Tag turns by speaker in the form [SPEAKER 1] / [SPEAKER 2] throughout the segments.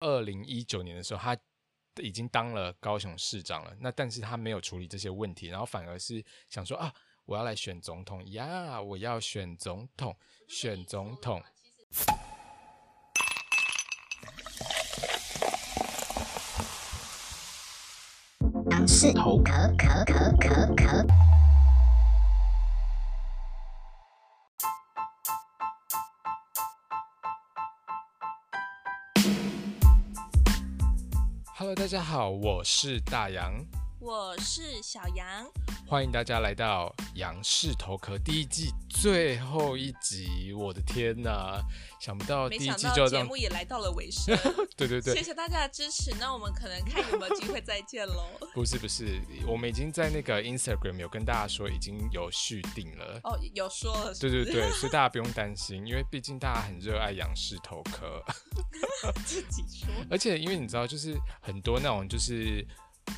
[SPEAKER 1] 二零一九年的时候，他已经当了高雄市长了。那但是他没有处理这些问题，然后反而是想说啊，我要来选总统呀，我要选总统，选总统。
[SPEAKER 2] 唐氏
[SPEAKER 1] 头
[SPEAKER 2] 可可可可可，
[SPEAKER 1] Hello，大家好，我是大杨，
[SPEAKER 3] 我是小杨，
[SPEAKER 1] 欢迎大家来到《杨氏头壳》第一季最后一集。我的天呐，想不到第
[SPEAKER 3] 没
[SPEAKER 1] 一
[SPEAKER 3] 想
[SPEAKER 1] 季就
[SPEAKER 3] 到
[SPEAKER 1] 要这
[SPEAKER 3] 节
[SPEAKER 1] 样
[SPEAKER 3] 目，也来到了尾声，
[SPEAKER 1] 对对 对
[SPEAKER 3] 谢，谢大家的支持。那我们可能看有没有机会再见喽。
[SPEAKER 1] 不是不是，我们已经在那个 Instagram 有跟大家说已经有续订了。
[SPEAKER 3] 哦，有说了是
[SPEAKER 1] 对
[SPEAKER 3] 不
[SPEAKER 1] 对
[SPEAKER 3] 是，
[SPEAKER 1] 对，所以大家不用担心，因为毕竟大家很热爱仰视头壳，
[SPEAKER 3] 自己说。
[SPEAKER 1] 而且因为你知道，就是很多那种就是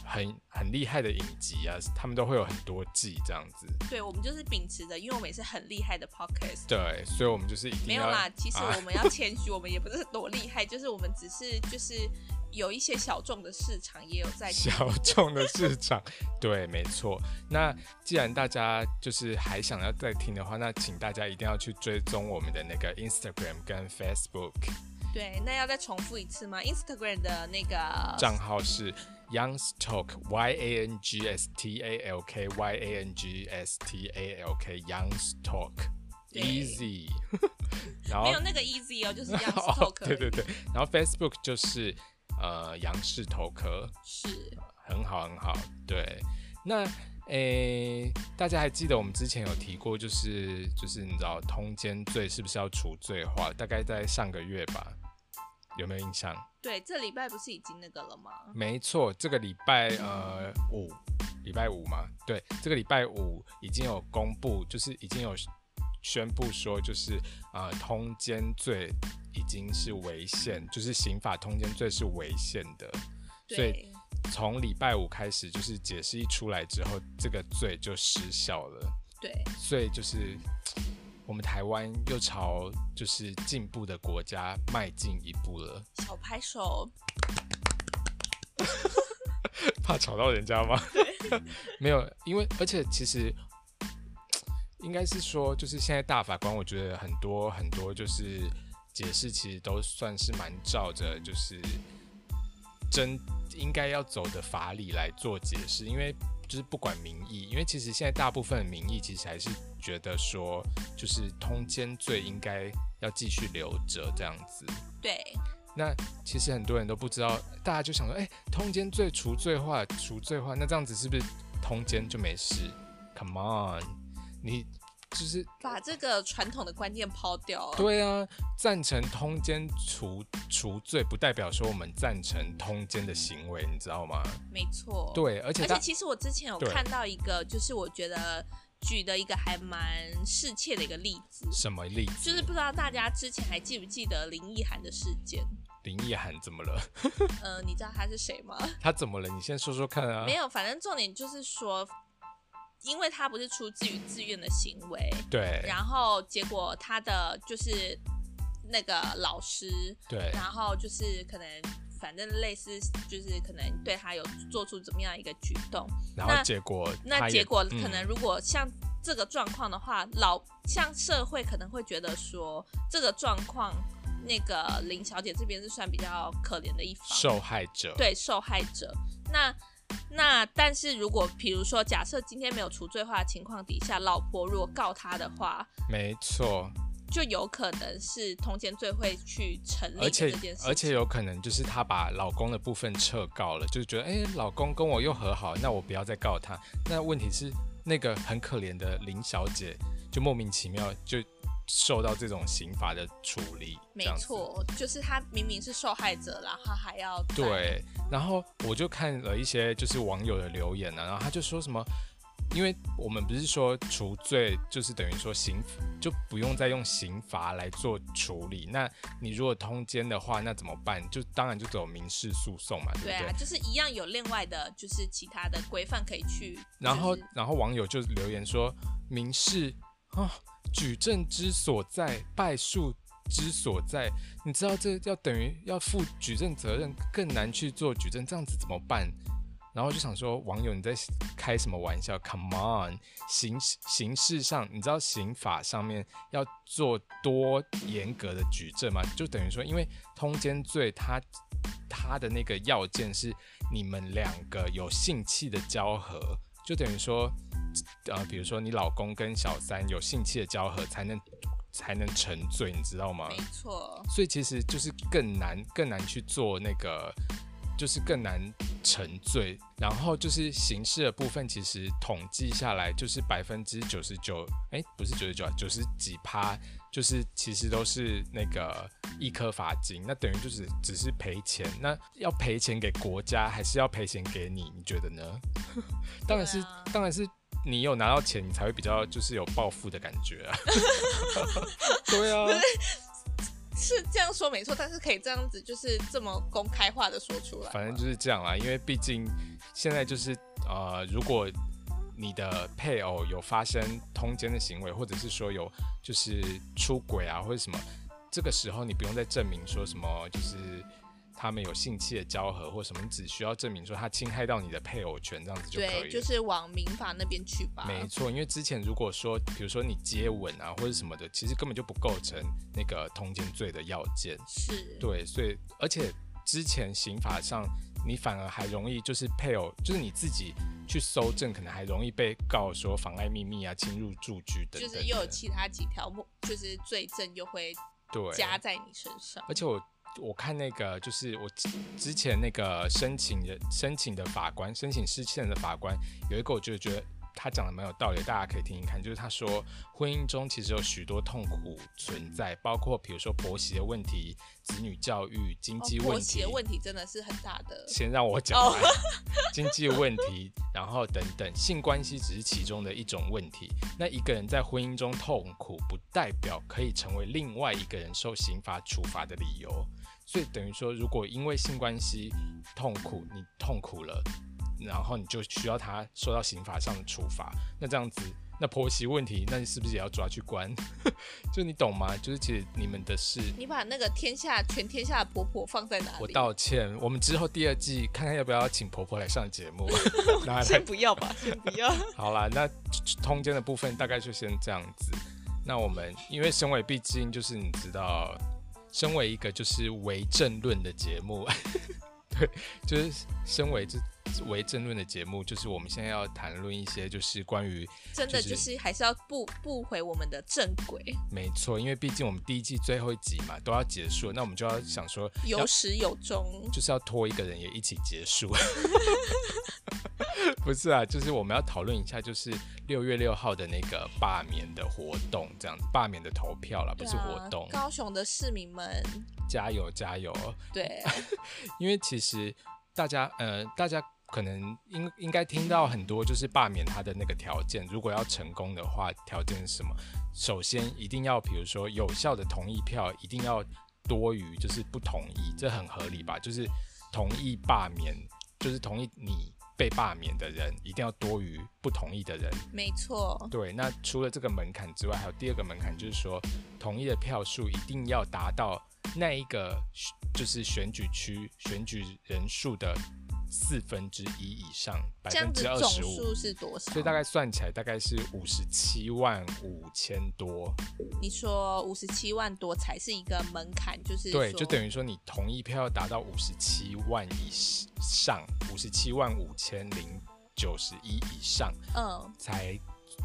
[SPEAKER 1] 很很厉害的影集啊，他们都会有很多季这样子。
[SPEAKER 3] 对，我们就是秉持着，因为我们也是很厉害的 podcast。
[SPEAKER 1] 对，所以我们就是一定要
[SPEAKER 3] 没有啦，其实
[SPEAKER 1] 啊
[SPEAKER 3] 我们要谦虚，我们也不是多厉害，就是我们只是就是有一些小众的市场也有在听。
[SPEAKER 1] 小 众的市场，对，没错。那既然大家就是还想要再听的话，那请大家一定要去追踪我们的那个 Instagram 跟 Facebook
[SPEAKER 3] 对，那要再重复一次吗？Instagram 的那个
[SPEAKER 1] 账号是 Youngs Talk Y A N G S T A L K Y A N G S T A L K Youngs Talk
[SPEAKER 3] 对
[SPEAKER 1] Easy，然后
[SPEAKER 3] 没有那个 easy 哦，就是 Young
[SPEAKER 1] 哦
[SPEAKER 3] Talk，、
[SPEAKER 1] 对对对，然后 Facebook 就是呃杨氏头壳。
[SPEAKER 3] 是
[SPEAKER 1] 很好，很好。对，那诶、大家还记得我们之前有提过，就是就是你知道通奸罪是不是要除罪化？大概在上个月吧，有没有印象？
[SPEAKER 3] 对，这礼拜不是已经那个了吗？
[SPEAKER 1] 没错，这个礼拜呃五，礼拜五嘛，对，这个礼拜五已经有公布，就是已经有宣布说，就是呃通奸罪已经是违宪，就是刑法通奸罪是违宪的，所以
[SPEAKER 3] 对。
[SPEAKER 1] 从礼拜五开始，就是解释一出来之后，这个罪就失效了。
[SPEAKER 3] 对，
[SPEAKER 1] 所以就是我们台湾又朝就是进步的国家迈进一步了，
[SPEAKER 3] 小拍手，
[SPEAKER 1] 怕吵到人家吗？没有，因为而且其实应该是说，就是现在大法官，我觉得很多很多就是解释，其实都算是蛮照着就是真应该要走的法理来做解释，因为就是不管民意，因为其实现在大部分的民意其实还是觉得说，就是通奸罪应该要继续留着这样子。
[SPEAKER 3] 对，
[SPEAKER 1] 那其实很多人都不知道，大家就想说，哎、通奸罪除罪化，除罪化，那这样子是不是通奸就没事？Come on，你就是
[SPEAKER 3] 把这个传统的观念抛掉。，
[SPEAKER 1] 对啊，赞成通奸除除罪，不代表说我们赞成通奸的行为，你知道吗？
[SPEAKER 3] 没错。，
[SPEAKER 1] 对，而且
[SPEAKER 3] 哦而且
[SPEAKER 1] 他
[SPEAKER 3] 其实我之前有
[SPEAKER 1] 对
[SPEAKER 3] 看到一个，就是我觉得举的一个还蛮世切的一个例子，
[SPEAKER 1] 什么例子？
[SPEAKER 3] 就是不知道大家之前还记不记得林奕涵的事件？
[SPEAKER 1] 林奕涵怎么了？
[SPEAKER 3] 呃，你知道他是谁吗？
[SPEAKER 1] 他怎么了？你先说说看啊
[SPEAKER 3] 没。有，反正重点就是说，因为他不是出自于自愿的行为，
[SPEAKER 1] 对
[SPEAKER 3] 然后结果他的就是那个老师
[SPEAKER 1] 对
[SPEAKER 3] 然后就是可能反正类似就是可能对他有做出怎么样一个举动，
[SPEAKER 1] 然后
[SPEAKER 3] 那
[SPEAKER 1] 结果他
[SPEAKER 3] 那
[SPEAKER 1] 也
[SPEAKER 3] 结果
[SPEAKER 1] 嗯
[SPEAKER 3] 可能如果像这个状况的话，老像社会可能会觉得说这个状况，那个林小姐这边是算比较可怜的一方，
[SPEAKER 1] 受害者
[SPEAKER 3] 对受害者。那那但是如果比如说假设今天没有除罪化的情况底下，老婆如果告他的话，
[SPEAKER 1] 没错，
[SPEAKER 3] 就有可能是通奸罪会去成立
[SPEAKER 1] 而
[SPEAKER 3] 的
[SPEAKER 1] 且
[SPEAKER 3] 这件事情，
[SPEAKER 1] 而且有可能就是她把老公的部分撤告了，就是觉得哎、诶老公跟我又和好，那我不要再告他。那问题是那个很可怜的林小姐，就莫名其妙就受到这种刑罚的处理，
[SPEAKER 3] 没
[SPEAKER 1] 这样子。
[SPEAKER 3] 错，就是他明明是受害者，然后还要再，
[SPEAKER 1] 对，然后我就看了一些就是网友的留言啊呢、然后他就说什么，因为我们不是说除罪，就是等于说刑就不用再用刑罚来做处理。那你如果通奸的话，那怎么办？就当然就走民事诉讼嘛，对不
[SPEAKER 3] 对
[SPEAKER 1] 对？
[SPEAKER 3] 啊，就是一样有另外的，就是其他的规范可以去，
[SPEAKER 1] 然后
[SPEAKER 3] 就是
[SPEAKER 1] 然后网友就留言说，民事啊，举证之所在，败诉之所在，你知道这要等于要负举证责任，更难去做举证，这样子怎么办？然后就想说，网友你在开什么玩笑？Come on，刑事刑事上，你知道刑法上面要做多严格的举证吗？就等于说，因为通奸罪它它的那个要件是你们两个有性器的交合，就等于说，呃，比如说你老公跟小三有性器的交合才能才能成罪，你知道吗？
[SPEAKER 3] 没错，
[SPEAKER 1] 所以其实就是更难更难去做那个，就是更难沉醉。然后就是刑事的部分，其实统计下来就是百分之九十九，哎，不是九十九啊，九十几趴，就是其实都是那个一颗罚金，那等于就是只是赔钱。那要赔钱给国家，还是要赔钱给你？你觉得 呢？当然是，
[SPEAKER 3] 对啊
[SPEAKER 1] 当然是。你有拿到钱，你才会比较就是有暴富的感觉 啊。 对啊，
[SPEAKER 3] 是这样说没错，但是可以这样子，就是这么公开化的说出来。
[SPEAKER 1] 反正就是这样啦，因为毕竟现在就是呃，如果你的配偶有发生通奸的行为，或者是说有就是出轨啊或者什么，这个时候你不用再证明说什么就是他们有性器的交合或什么，你只需要证明说他侵害到你的配偶权这样子就可以了。
[SPEAKER 3] 对，就是往民法那边去吧。
[SPEAKER 1] 没错，因为之前如果说，比如说你接吻啊或者什么的，其实根本就不构成那个通奸罪的要件。
[SPEAKER 3] 是，
[SPEAKER 1] 对，所以而且之前刑法上，你反而还容易就是配偶，就是你自己去搜证，可能还容易被告说妨碍秘密啊、侵入住居等
[SPEAKER 3] 就
[SPEAKER 1] 等的。
[SPEAKER 3] 是又有其他几条，就是罪证又会
[SPEAKER 1] 对，
[SPEAKER 3] 加在你身上。
[SPEAKER 1] 而且我我看那个就是我之之前那个申请的申请的法官，申请失窃的法官有一个，我就觉得。他讲的蛮有道理的，大家可以听听看。就是他说，婚姻中其实有许多痛苦存在，包括比如说婆媳的问题、子女教育、经
[SPEAKER 3] 哦
[SPEAKER 1] 济
[SPEAKER 3] 婆
[SPEAKER 1] 问
[SPEAKER 3] 媳
[SPEAKER 1] 题、
[SPEAKER 3] 的问题真的是很大的，
[SPEAKER 1] 先让我讲
[SPEAKER 3] 哦
[SPEAKER 1] 完经济问题，然后等等，性关系只是其中的一种问题。那一个人在婚姻中痛苦，不代表可以成为另外一个人受刑罚处罚的理由。所以等于说，如果因为性关系痛苦，你痛苦了，然后你就需要他受到刑法上的处罚。那这样子，那婆媳问题，那你是不是也要抓去关？ 就你懂吗？就是其实你们的事
[SPEAKER 3] 你把那个天下全天下的婆婆放在哪里？
[SPEAKER 1] 我道歉，我们之后第二季看看要不要请婆婆来上节 目。那
[SPEAKER 3] 先不要吧，先不要。
[SPEAKER 1] 好啦，那通奸的部分大概就先这样子。那我们因为身为毕竟就是你知道，身为一个就是为政论的节目， 对，就是身为这为政论的节目，就是我们现在要谈论一些就是关于
[SPEAKER 3] 真的
[SPEAKER 1] 就
[SPEAKER 3] 就是是还是要步步回我们的正轨，
[SPEAKER 1] 没错，因为毕竟我们第一季最后一集嘛都要结束了，那我们就要想说要
[SPEAKER 3] 有始有终。
[SPEAKER 1] 就是要拖一个人也一起结束。 不是啊，就是我们要讨论一下，就是六月六号的那个罢免的活动，这样子罢免的投票啦，不是活动，
[SPEAKER 3] 对啊高雄的市民们，
[SPEAKER 1] 加油加油！哦
[SPEAKER 3] 对，
[SPEAKER 1] 嗯因为其实大家呃，大家可能应应该听到很多，就是罢免他的那个条件，如果要成功的话，条件是什么？首先一定要，比如说有效的同意票一定要多于就是不同意，这很合理吧？就是同意罢免，就是同意你被罢免的人一定要多于不同意的人。
[SPEAKER 3] 没错，
[SPEAKER 1] 对，那除了这个门槛之外，还有第二个门槛，就是说同意的票数一定要达到那一个选就是选举区选举人数的四分之一以上，百
[SPEAKER 3] 这样
[SPEAKER 1] 分
[SPEAKER 3] 子
[SPEAKER 1] 之二
[SPEAKER 3] 总
[SPEAKER 1] 十
[SPEAKER 3] 数
[SPEAKER 1] 五。
[SPEAKER 3] 是多少？
[SPEAKER 1] 所以大概算起来大概是五十七万五千多，
[SPEAKER 3] 你说五十七万多才是一个门槛，就是
[SPEAKER 1] 对，就等
[SPEAKER 3] 于
[SPEAKER 1] 于说你同意票要达到五十七万以上，五十七万五千零九十一以上
[SPEAKER 3] 嗯
[SPEAKER 1] 才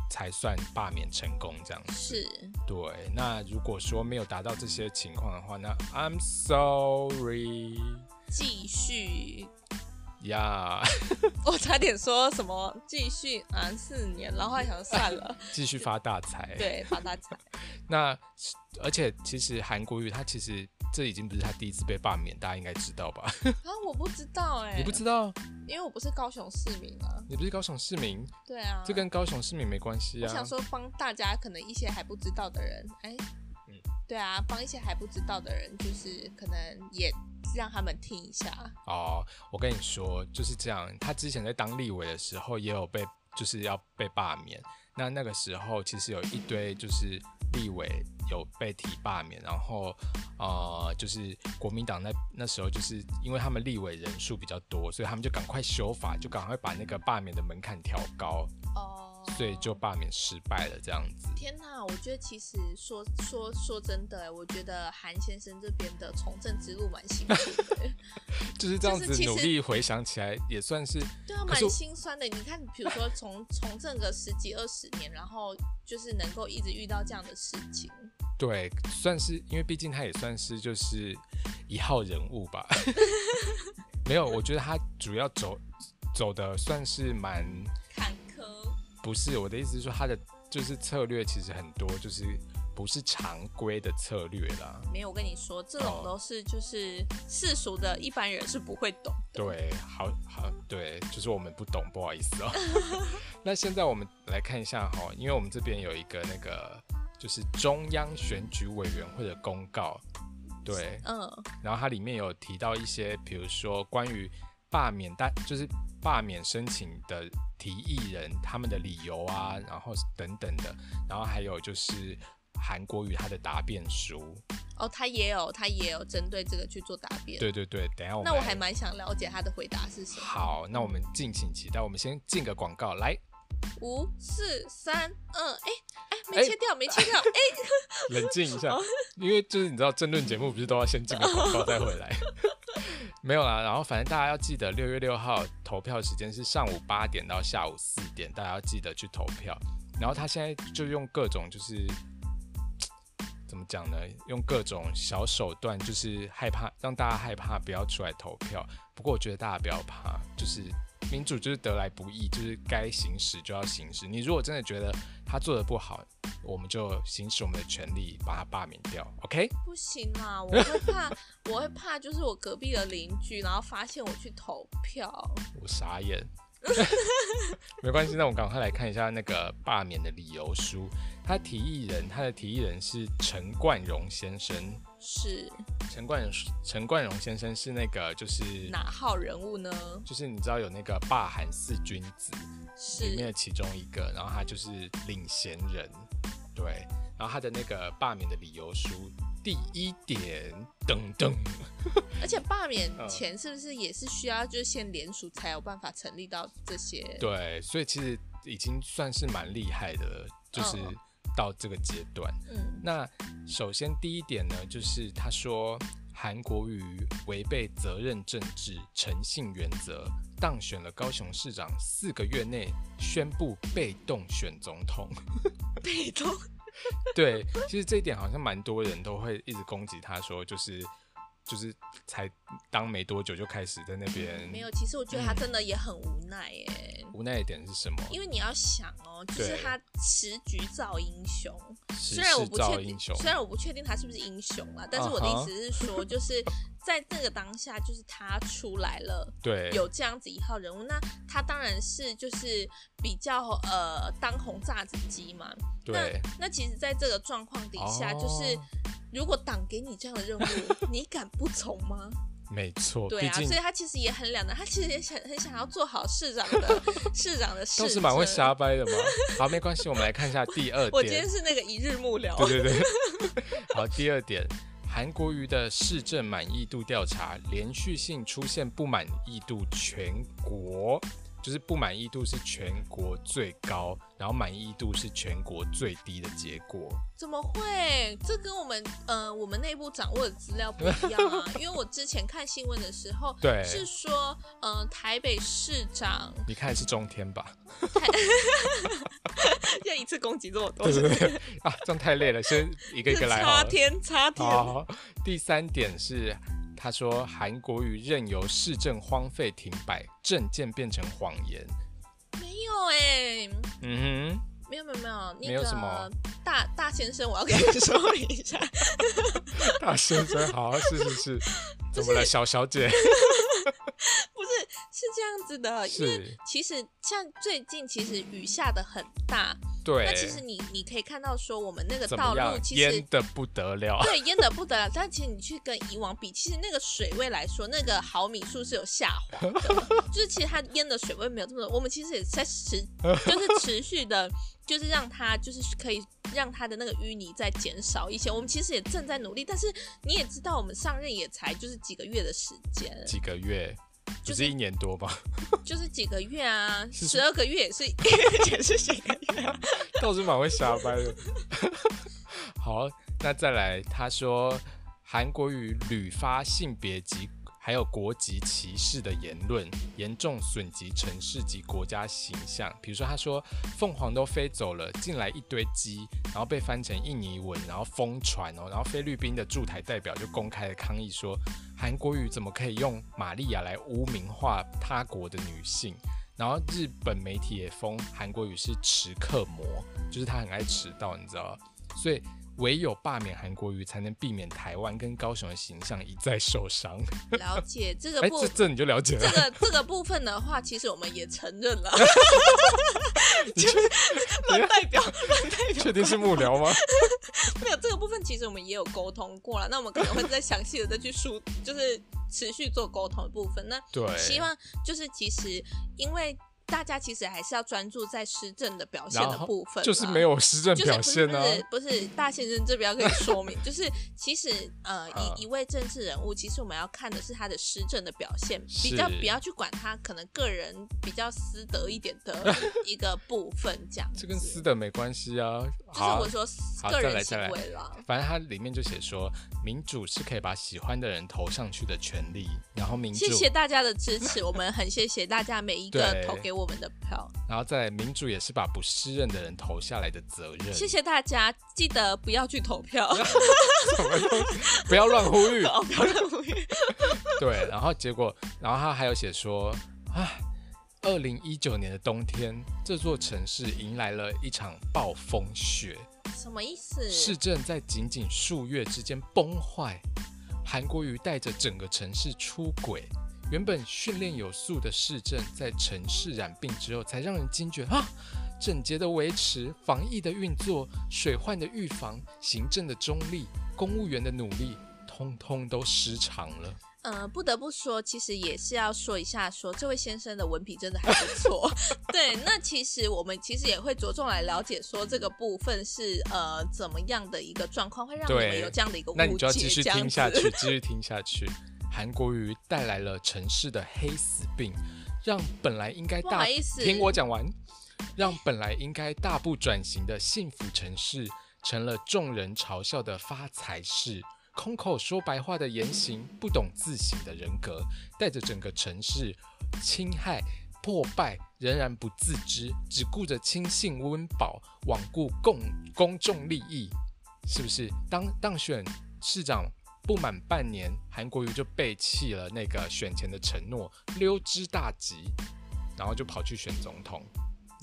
[SPEAKER 1] 才算罢免成功这样子。
[SPEAKER 3] 是
[SPEAKER 1] 对，那如果说没有达到这些情况的话，那 I'm sorry
[SPEAKER 3] 继续，
[SPEAKER 1] 呀、
[SPEAKER 3] 我差点说什么继续啊四年，然后还想算 了，
[SPEAKER 1] 继续发大财。，
[SPEAKER 3] 对，发大 财，
[SPEAKER 1] 那而且其实韩国瑜他其实这已经不是他第一次被罢免，大家应该知道吧？
[SPEAKER 3] 啊我不知道哎、
[SPEAKER 1] 你不知道，
[SPEAKER 3] 因为我不是高雄市民啊，
[SPEAKER 1] 你不是高雄市民，
[SPEAKER 3] 对啊，
[SPEAKER 1] 这跟高雄市民没关系
[SPEAKER 3] 我
[SPEAKER 1] 啊
[SPEAKER 3] 想。说帮大家可能一些还不知道的人，哎，
[SPEAKER 1] 嗯
[SPEAKER 3] 对啊，帮一些还不知道的人，就是可能也让他们听一下，
[SPEAKER 1] 哦，我跟你说就是这样，他之前在当立委的时候也有被就是要被罢免，那那个时候其实有一堆就是立委有被提罢免，然后呃，就是国民党那那时候就是因为他们立委人数比较多，所以他们就赶快修法，就赶快把那个罢免的门槛调高，
[SPEAKER 3] 哦，
[SPEAKER 1] 所以就罢免失败了这样子。
[SPEAKER 3] 天呐，我觉得其实说说说真的欸，我觉得韩先生这边的从政之路蛮辛 苦的，
[SPEAKER 1] 就是这样
[SPEAKER 3] 就是
[SPEAKER 1] 子
[SPEAKER 3] 其实
[SPEAKER 1] 努力回想起来，也算是
[SPEAKER 3] 对啊，
[SPEAKER 1] 可是
[SPEAKER 3] 蛮
[SPEAKER 1] 我
[SPEAKER 3] 心酸的。你看，比如说从从政个十几二十年，然后就是能够一直遇到这样的事情，
[SPEAKER 1] 对，算是因为毕竟他也算是就是一号人物吧。 没有，我觉得他主要走走的算是蛮
[SPEAKER 3] 坎坷。
[SPEAKER 1] 不是我的意思是说他的就是策略其实很多就是不是常规的策略啦。
[SPEAKER 3] 没有，我跟你说，这
[SPEAKER 1] 哦
[SPEAKER 3] 种都是就是世俗的一般人是不会懂的。
[SPEAKER 1] 对，好好对，就是我们不懂，不好意思哦。那现在我们来看一下哈、因为我们这边有一个那个就是中央选举委员会的公告，对，
[SPEAKER 3] 嗯，
[SPEAKER 1] 然后它里面有提到一些，比如说关于罢免大，就是罢免申请的提议人他们的理由啊，然后等等的，然后还有就是韩国瑜他的答辩书，
[SPEAKER 3] 哦，他也有，他也有针对这个去做答辩。
[SPEAKER 1] 对对对，等一下我们
[SPEAKER 3] 那我
[SPEAKER 1] 来
[SPEAKER 3] 还蛮想了解他的回答是什么。
[SPEAKER 1] 好，那我们敬请期待。我们先进个广告来，
[SPEAKER 3] 五四三二，哎哎，没
[SPEAKER 1] 哎
[SPEAKER 3] 切掉，没切掉，哎，
[SPEAKER 1] 冷静一下， 因为就是你知道政论节目不是都要先进个广告再回来。 没有啦，然后反正大家要记得六月六号投票时间是上午八点到下午四点，大家要记得去投票。然后他现在就用各种就是怎么讲呢？用各种小手段，就是害怕让大家害怕不要出来投票。不过我觉得大家不要怕，就是民主就是得来不易，就是该行使就要行使。你如果真的觉得他做的不好，我们就行使我们的权利把他罢免掉。OK？
[SPEAKER 3] 不行啦，我会怕，我会怕，就是我隔壁的邻居，然后发现我去投票。
[SPEAKER 1] 我傻眼。 没关系，那我们赶快来看一下那个罢免的理由书。他提议人，他的提议人是陈冠荣先生。
[SPEAKER 3] 是
[SPEAKER 1] 陈冠荣，陈冠荣先生是那个就是
[SPEAKER 3] 哪号人物呢？
[SPEAKER 1] 就是你知道有那个霸韩四君子里面
[SPEAKER 3] 是
[SPEAKER 1] 的其中一个，然后他就是领衔人，对，然后他的那个罢免的理由书第一点，噔噔，
[SPEAKER 3] 而且罢免
[SPEAKER 1] 嗯
[SPEAKER 3] 前是不是也是需要就是先联署才有办法成立到这些？
[SPEAKER 1] 对，所以其实已经算是蛮厉害的了，就是
[SPEAKER 3] 嗯
[SPEAKER 1] 到这个阶段。
[SPEAKER 3] 嗯，
[SPEAKER 1] 那首先第一点呢，就是他说韩国瑜违背责任政治、诚信原则，当选了高雄市长，四个月内宣布被动选总统。
[SPEAKER 3] 被动
[SPEAKER 1] 对，其实这一点好像蛮多人都会一直攻击他说，就是就是才当没多久就开始在那边
[SPEAKER 3] 没有。其实我觉得他
[SPEAKER 1] 嗯
[SPEAKER 3] 真的也很无奈耶，
[SPEAKER 1] 无奈的点是什么？
[SPEAKER 3] 因为你要想哦，就是
[SPEAKER 1] 对
[SPEAKER 3] 他时局造英雄，
[SPEAKER 1] 时
[SPEAKER 3] 虽然我
[SPEAKER 1] 势
[SPEAKER 3] 不
[SPEAKER 1] 造
[SPEAKER 3] 确
[SPEAKER 1] 英
[SPEAKER 3] 定，
[SPEAKER 1] 雄，
[SPEAKER 3] 虽然我不确定他是不是英雄啦，但是我的
[SPEAKER 1] 啊哈
[SPEAKER 3] 意思是说，就是在这个当下，就是他出来了。
[SPEAKER 1] 对，
[SPEAKER 3] 有这样子一号人物，那他当然是就是比较呃当红炸子鸡嘛。那
[SPEAKER 1] 对，
[SPEAKER 3] 那其实，在这个状况底下，
[SPEAKER 1] 哦
[SPEAKER 3] 就是如果党给你这样的任务， 你敢不从吗？
[SPEAKER 1] 没错，
[SPEAKER 3] 对
[SPEAKER 1] 毕
[SPEAKER 3] 啊，
[SPEAKER 1] 竟
[SPEAKER 3] 所以他其实也很两难，他其实也想很想要做好市 长的市长的事。
[SPEAKER 1] 都是蛮会瞎。掰的嘛。好，没关系，我们来看一下第二
[SPEAKER 3] 我今天
[SPEAKER 1] 点。
[SPEAKER 3] 是那个一日幕僚，
[SPEAKER 1] 对对对， 好，第二点，韩国瑜的市政满意度调查连续性出现不满意度，全国就是不满意度是全国最高，然后满意度是全国最低的结果。
[SPEAKER 3] 怎么会？这跟我们呃我们内部掌握的资料不一样 啊，因为我之前看新闻的时候，
[SPEAKER 1] 对
[SPEAKER 3] 是说嗯、呃台北市 长
[SPEAKER 1] 你看是中天吧？
[SPEAKER 3] 要一次攻击这么多，
[SPEAKER 1] 对对对，啊，这样太累了，先一个一个来好了。
[SPEAKER 3] 插哦天插天，
[SPEAKER 1] 好， 第三点是，他说韩国瑜任由市政荒废停摆，政见变成谎言。
[SPEAKER 3] 没有哎、
[SPEAKER 1] 嗯哼。
[SPEAKER 3] 没有没有没有，那个
[SPEAKER 1] 没有什么
[SPEAKER 3] 大大先生，我要跟你 说一下，
[SPEAKER 1] 大先生，好，是是 是，怎么了，小小姐？
[SPEAKER 3] 不是是这样子
[SPEAKER 1] 呃
[SPEAKER 3] 的，因为
[SPEAKER 1] 是，
[SPEAKER 3] 其实像最近其实雨下的很大，
[SPEAKER 1] 对
[SPEAKER 3] 那，其实你你可以看到说我们那个
[SPEAKER 1] 怎
[SPEAKER 3] 道
[SPEAKER 1] 么
[SPEAKER 3] 路
[SPEAKER 1] 样，
[SPEAKER 3] 其实
[SPEAKER 1] 淹的不得了，
[SPEAKER 3] 对，淹的不得了。但其实你去跟以往比，其实那个水位来说，那个毫米数是有下滑的，就是其实它淹的水位没有这么多。我们其实也在持，就是持续的，就是让它就是可以让它的那个淤泥再减少一些。我们其实也正在努力，但是你也知道，我们上任也才就是几个月的时间，
[SPEAKER 1] 几个月，不
[SPEAKER 3] 就是
[SPEAKER 1] 是一年多吧？
[SPEAKER 3] 就是几个月啊，
[SPEAKER 1] 是
[SPEAKER 3] 十二个月 也是也是几个月啊、
[SPEAKER 1] 倒是蛮会瞎掰的。 好，那再来，他说韩国瑜屡发性别及还有国籍歧视的言论，严重损及城市及国家形象。比如说，他说凤凰都飞走了，进来一堆鸡，然后被翻成印尼文，然后疯传哦。然后菲律宾的驻台代表就公开的抗议说，韩国瑜怎么可以用玛利亚来污名化他国的女性？然后日本媒体也封韩国瑜是迟刻魔，就是他很爱迟到，你知道吗？所以唯有罢免韩国瑜，才能避免台湾跟高雄的形象一再受伤。
[SPEAKER 3] 了解这个
[SPEAKER 1] 哎，
[SPEAKER 3] 部
[SPEAKER 1] 这这你就了解
[SPEAKER 3] 这
[SPEAKER 1] 了，
[SPEAKER 3] 个这个部分的话，其实我们也承认 了，就是乱代 表乱代表，
[SPEAKER 1] 确定是幕僚吗？
[SPEAKER 3] 没有这个部分，其实我们也有沟通过了。那我们可能会再详细的再去梳，就是持续做沟通的部分。那
[SPEAKER 1] 对，
[SPEAKER 3] 希望就是其实因为大家其实还是要专注在施政的表现
[SPEAKER 1] 然
[SPEAKER 3] 的
[SPEAKER 1] 后
[SPEAKER 3] 部分嘛，啊
[SPEAKER 1] 就是没有施政
[SPEAKER 3] 就是
[SPEAKER 1] 表现啊呢、
[SPEAKER 3] 不是不是不是，大先生这边要跟你说 明，就是其实呃，
[SPEAKER 1] 啊
[SPEAKER 3] 一一位政治人物，其实我们要看的是他的施政的表现，
[SPEAKER 1] 是
[SPEAKER 3] 比较不要去管他可能个人比较私德一点的 一个部分，这样子。
[SPEAKER 1] 这跟私的没关系啊。
[SPEAKER 3] 就是
[SPEAKER 1] 好啊
[SPEAKER 3] 我说
[SPEAKER 1] 好
[SPEAKER 3] 个
[SPEAKER 1] 再
[SPEAKER 3] 人
[SPEAKER 1] 来
[SPEAKER 3] 行
[SPEAKER 1] 再来
[SPEAKER 3] 为啦，
[SPEAKER 1] 反正它里面就写说，民主是可以把喜欢的人投上去的权利，然后民主
[SPEAKER 3] 谢谢大家的支持，我们很谢谢大家每一个
[SPEAKER 1] 对
[SPEAKER 3] 投给我们的票，
[SPEAKER 1] 然后再来民主也是把不适任的人投下来的责任。
[SPEAKER 3] 谢谢大家，记得不要去投票，
[SPEAKER 1] 什么东西？ 不要乱呼吁。
[SPEAKER 3] 哦不要投票
[SPEAKER 1] 对，然后结果，然后他还有写说，唉，二零一九年的冬天，这座城市迎来了一场暴风雪，
[SPEAKER 3] 什么意思？
[SPEAKER 1] 市政在仅仅数月之间崩坏，韩国瑜带着整个城市出轨。原本训练有素的市政，在城市染病之后，才让人惊觉啊，整洁的维持、防疫的运作、水患的预防、行政的中立、公务员的努力，通通都失常了。
[SPEAKER 3] 呃，不得不说，其实也是要说一下说，这位先生的文笔真的还不 错。对，那其实我们其实也会着重来了解说这个部分是呃怎么样的一个状况，会让你们
[SPEAKER 1] 对
[SPEAKER 3] 有这样的一个误解。
[SPEAKER 1] 那你就要继续
[SPEAKER 3] 这样
[SPEAKER 1] 听下
[SPEAKER 3] 子
[SPEAKER 1] 去，继续听下去。韩国瑜带来了城市的黑死病，让本来应该
[SPEAKER 3] 不好
[SPEAKER 1] 大
[SPEAKER 3] 意思
[SPEAKER 1] 听我讲完，让本来应该大步转型的幸福城市，成了众人嘲笑的发财市。空口说白话的言行，不懂自省的人格，带着整个城市侵害、破败，仍然不自知，只顾着轻信温饱，罔顾公公众利益，是不是？当当选市长不满半年，韩国瑜就背弃了那个选前的承诺，溜之大吉，然后就跑去选总统。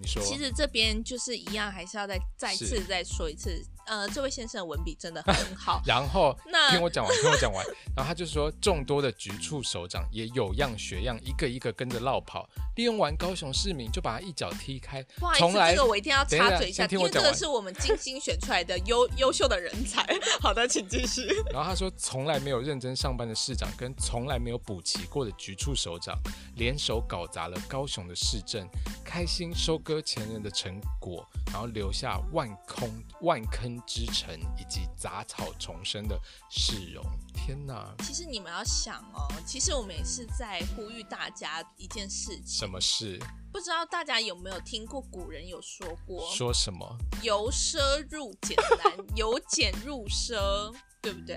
[SPEAKER 1] 你说，
[SPEAKER 3] 其实这边就是一样，还是要再再
[SPEAKER 1] 是。
[SPEAKER 3] 次再说一次，呃，这位先生的文笔真的很好
[SPEAKER 1] 然后
[SPEAKER 3] 那
[SPEAKER 1] 听我讲完，听 我讲完。然后他就说，众多的局处首长也有样学样，一个一个跟着绕跑，利用完高雄市民就把他一脚踢开
[SPEAKER 3] 不好。意
[SPEAKER 1] 从
[SPEAKER 3] 思，
[SPEAKER 1] 来
[SPEAKER 3] 这个我一定要
[SPEAKER 1] 等一
[SPEAKER 3] 插
[SPEAKER 1] 下
[SPEAKER 3] 嘴一下，
[SPEAKER 1] 先听
[SPEAKER 3] 因
[SPEAKER 1] 我
[SPEAKER 3] 为这
[SPEAKER 1] 讲
[SPEAKER 3] 个
[SPEAKER 1] 完
[SPEAKER 3] 是我们精心选出来的优优秀的人才。好的，请继续。
[SPEAKER 1] 然后他说，从来没有认真上班的市长跟从来没有补齐过的局处首长联手搞砸了高雄的市政，开心收割前人的成果，然后留下万空万坑之城以及杂草丛生的市容。天哪，
[SPEAKER 3] 其实你们要想哦，其实我们也是在呼吁大家一件事情，
[SPEAKER 1] 什么事？
[SPEAKER 3] 不知道大家有没有听过古人有说过
[SPEAKER 1] 说什么？
[SPEAKER 3] “由奢入俭难，由俭入奢”，对不对？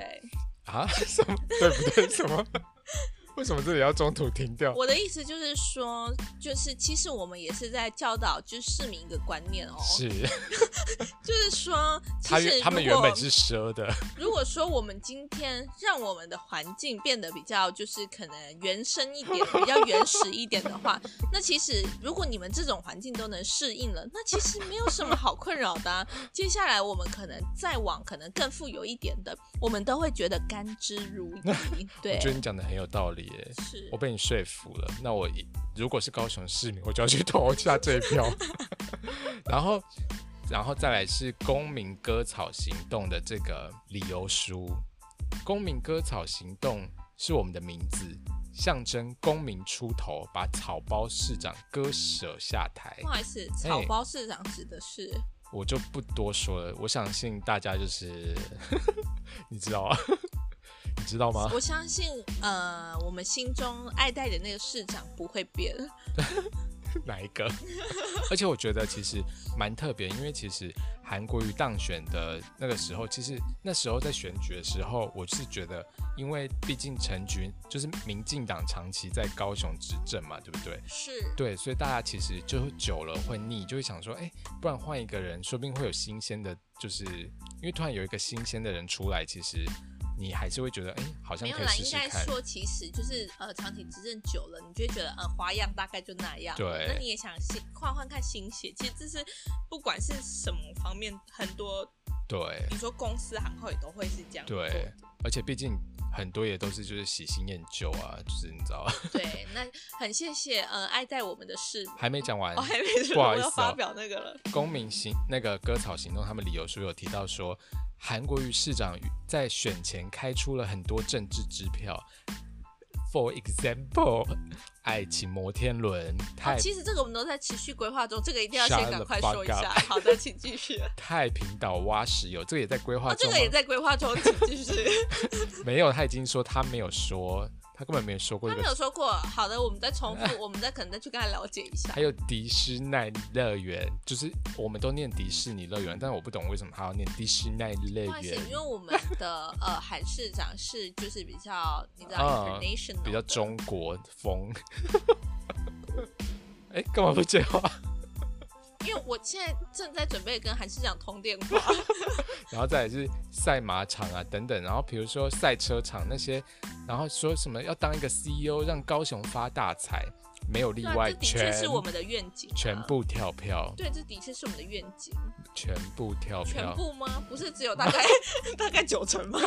[SPEAKER 1] 啊？ 什么？对不对？什么？为什么这里要中途停掉？
[SPEAKER 3] 我的意思就是说，就是其实我们也是在教导就是市民一个观念哦，
[SPEAKER 1] 是
[SPEAKER 3] 就是说，其
[SPEAKER 1] 他
[SPEAKER 3] 实
[SPEAKER 1] 原他们
[SPEAKER 3] 如
[SPEAKER 1] 原
[SPEAKER 3] 果
[SPEAKER 1] 本是蛇的，
[SPEAKER 3] 如果说我们今天让我们的环境变得比较就是可能原生一点、比较原始一点的 话，那其实如果你们这种环境都能适应了，那其实没有什么好困扰的、啊。接下来我们可能再往可能更富有一点的，我们都会觉得甘之如饴。对
[SPEAKER 1] 我，觉得你讲的很有道理耶，
[SPEAKER 3] 是
[SPEAKER 1] 我被你说服了。那我一如果是高雄市民，我就要去投下这一票。 然后，然后再来是公民割草行动的这个理由书。公民割草行动是我们的名字，象征公民出头，把草包市长割舍下台
[SPEAKER 3] 不。好意思，草包市长指的是
[SPEAKER 1] 我就不多说了。我相信大家就是 你知道啊， 你知道吗？
[SPEAKER 3] 我相信，呃，我们心中爱戴的那个市长不会变。
[SPEAKER 1] 哪一个？ 而且我觉得其实蛮特别，因为其实韩国瑜当选的那个时候，其实那时候在选举的时候，我是觉得，因为毕竟陈菊就是民进党长期在高雄执政嘛，对不对？
[SPEAKER 3] 是，
[SPEAKER 1] 对，所以大家其实就久了会腻，就会想说，哎，不然换一个人，说不定会有新鲜的，就是因为突然有一个新鲜的人出来，其实你还是会觉得，哎，好像
[SPEAKER 3] 没有
[SPEAKER 1] 可以
[SPEAKER 3] 啦，
[SPEAKER 1] 试
[SPEAKER 3] 应
[SPEAKER 1] 试
[SPEAKER 3] 该
[SPEAKER 1] 看。
[SPEAKER 3] 说其实就是呃，长期执政久了，你就会觉得呃，花样大概就那样。
[SPEAKER 1] 对
[SPEAKER 3] 那你也想新换换看新血，其实这是不管是什么方面，很多
[SPEAKER 1] 对
[SPEAKER 3] 你说公司行号也都会是这样做的。
[SPEAKER 1] 对，而且毕竟很多也都是就是喜新厌旧啊，就是你知道，
[SPEAKER 3] 对，那很谢谢呃，爱戴我们的市民。
[SPEAKER 1] 还没讲完
[SPEAKER 3] 哦，，还没
[SPEAKER 1] 不
[SPEAKER 3] 说
[SPEAKER 1] 好
[SPEAKER 3] 我
[SPEAKER 1] 意思
[SPEAKER 3] 要
[SPEAKER 1] 哦
[SPEAKER 3] 发表那个了。
[SPEAKER 1] 公民行那个割草行动，他们理由书有提到说，韩国瑜市长在选前开出了很多政治支票，for example，爱情摩天轮、太、
[SPEAKER 3] 哦，其实这个我们都在持续规划中，这个一定要先
[SPEAKER 1] Shut
[SPEAKER 3] 赶
[SPEAKER 1] the
[SPEAKER 3] 快
[SPEAKER 1] fuck
[SPEAKER 3] 说一下
[SPEAKER 1] up。
[SPEAKER 3] 好的，请 继续。哦
[SPEAKER 1] 太平岛挖石油，这个也在规划
[SPEAKER 3] 哦，这
[SPEAKER 1] 中吗、
[SPEAKER 3] 个也在规划中，请 继续。
[SPEAKER 1] 没有，他已经说他没有说，他根本没有说过
[SPEAKER 3] 他
[SPEAKER 1] 这
[SPEAKER 3] 没
[SPEAKER 1] 个。
[SPEAKER 3] 有说过，好的，我们再重复，我们再可能再去跟他了解一下
[SPEAKER 1] 还。有迪士尼乐园，就是我们都念迪士尼乐园，但是我不懂为什么他要念迪士尼乐
[SPEAKER 3] 不好意思，
[SPEAKER 1] 园
[SPEAKER 3] 因，为我们的 呃韩市长是就是比较你知道
[SPEAKER 1] 啊
[SPEAKER 3] international，、
[SPEAKER 1] 比较。中国风。 哎，干嘛不接 话？
[SPEAKER 3] 因为我现在正在准备跟韩市长通电 话，
[SPEAKER 1] 然后再来是赛马场啊等等，然后比如说赛车场那些，然后说什么要当一个 CEO 让高雄发大财，没有例
[SPEAKER 3] 对啊
[SPEAKER 1] 外，
[SPEAKER 3] 这的确
[SPEAKER 1] 全
[SPEAKER 3] 是我们的愿景、啊。
[SPEAKER 1] 全。部跳票，
[SPEAKER 3] 对，这的确是我们的愿景。
[SPEAKER 1] 全部跳
[SPEAKER 3] 全
[SPEAKER 1] 票，
[SPEAKER 3] 部吗？不是只有 大概大概九成吗？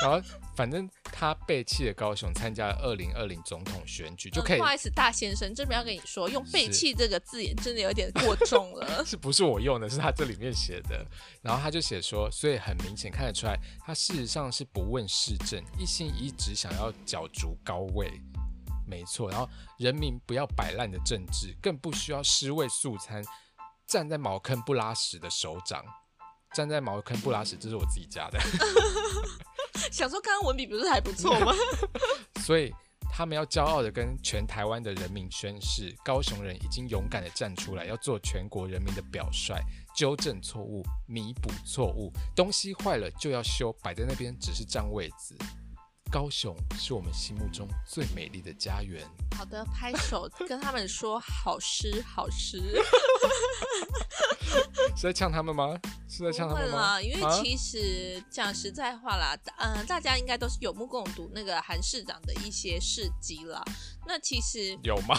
[SPEAKER 1] 然后反正他背弃了高雄，参加了二零二零总统选举，就可
[SPEAKER 3] 嗯
[SPEAKER 1] 以
[SPEAKER 3] 不好意思，大先生，这边要跟你说，用“背
[SPEAKER 1] 是。
[SPEAKER 3] 弃”这个字眼真的有点过重 了
[SPEAKER 1] 是不是我用的？是他这里面写的。然后他就写说，所以很明显看得出来，他事实上是不问市政，一心一意只想要角逐高位。没错，然后人民不要摆烂的政治，更不需要尸位素餐，站在茅坑不拉屎的首长，站在茅坑不拉屎，这是我自己加的。
[SPEAKER 3] 想说刚刚文笔不是还不错吗？
[SPEAKER 1] 所以他们要骄傲的跟全台湾的人民宣誓，高雄人已经勇敢的站出来，要做全国人民的表率，纠正错误，弥补错误，东西坏了就要修，摆在那边只是占位子。高雄是我们心目中最美丽的家园。
[SPEAKER 3] 好的，拍手跟他们说好诗好诗。
[SPEAKER 1] 是在呛他们吗？是在呛他
[SPEAKER 3] 不会
[SPEAKER 1] 们吗？
[SPEAKER 3] 啦，因为
[SPEAKER 1] 啊
[SPEAKER 3] 其实讲实在话啦，嗯、大家应该都是有目共睹那个韩市长的一些事迹啦。那其实
[SPEAKER 1] 有吗？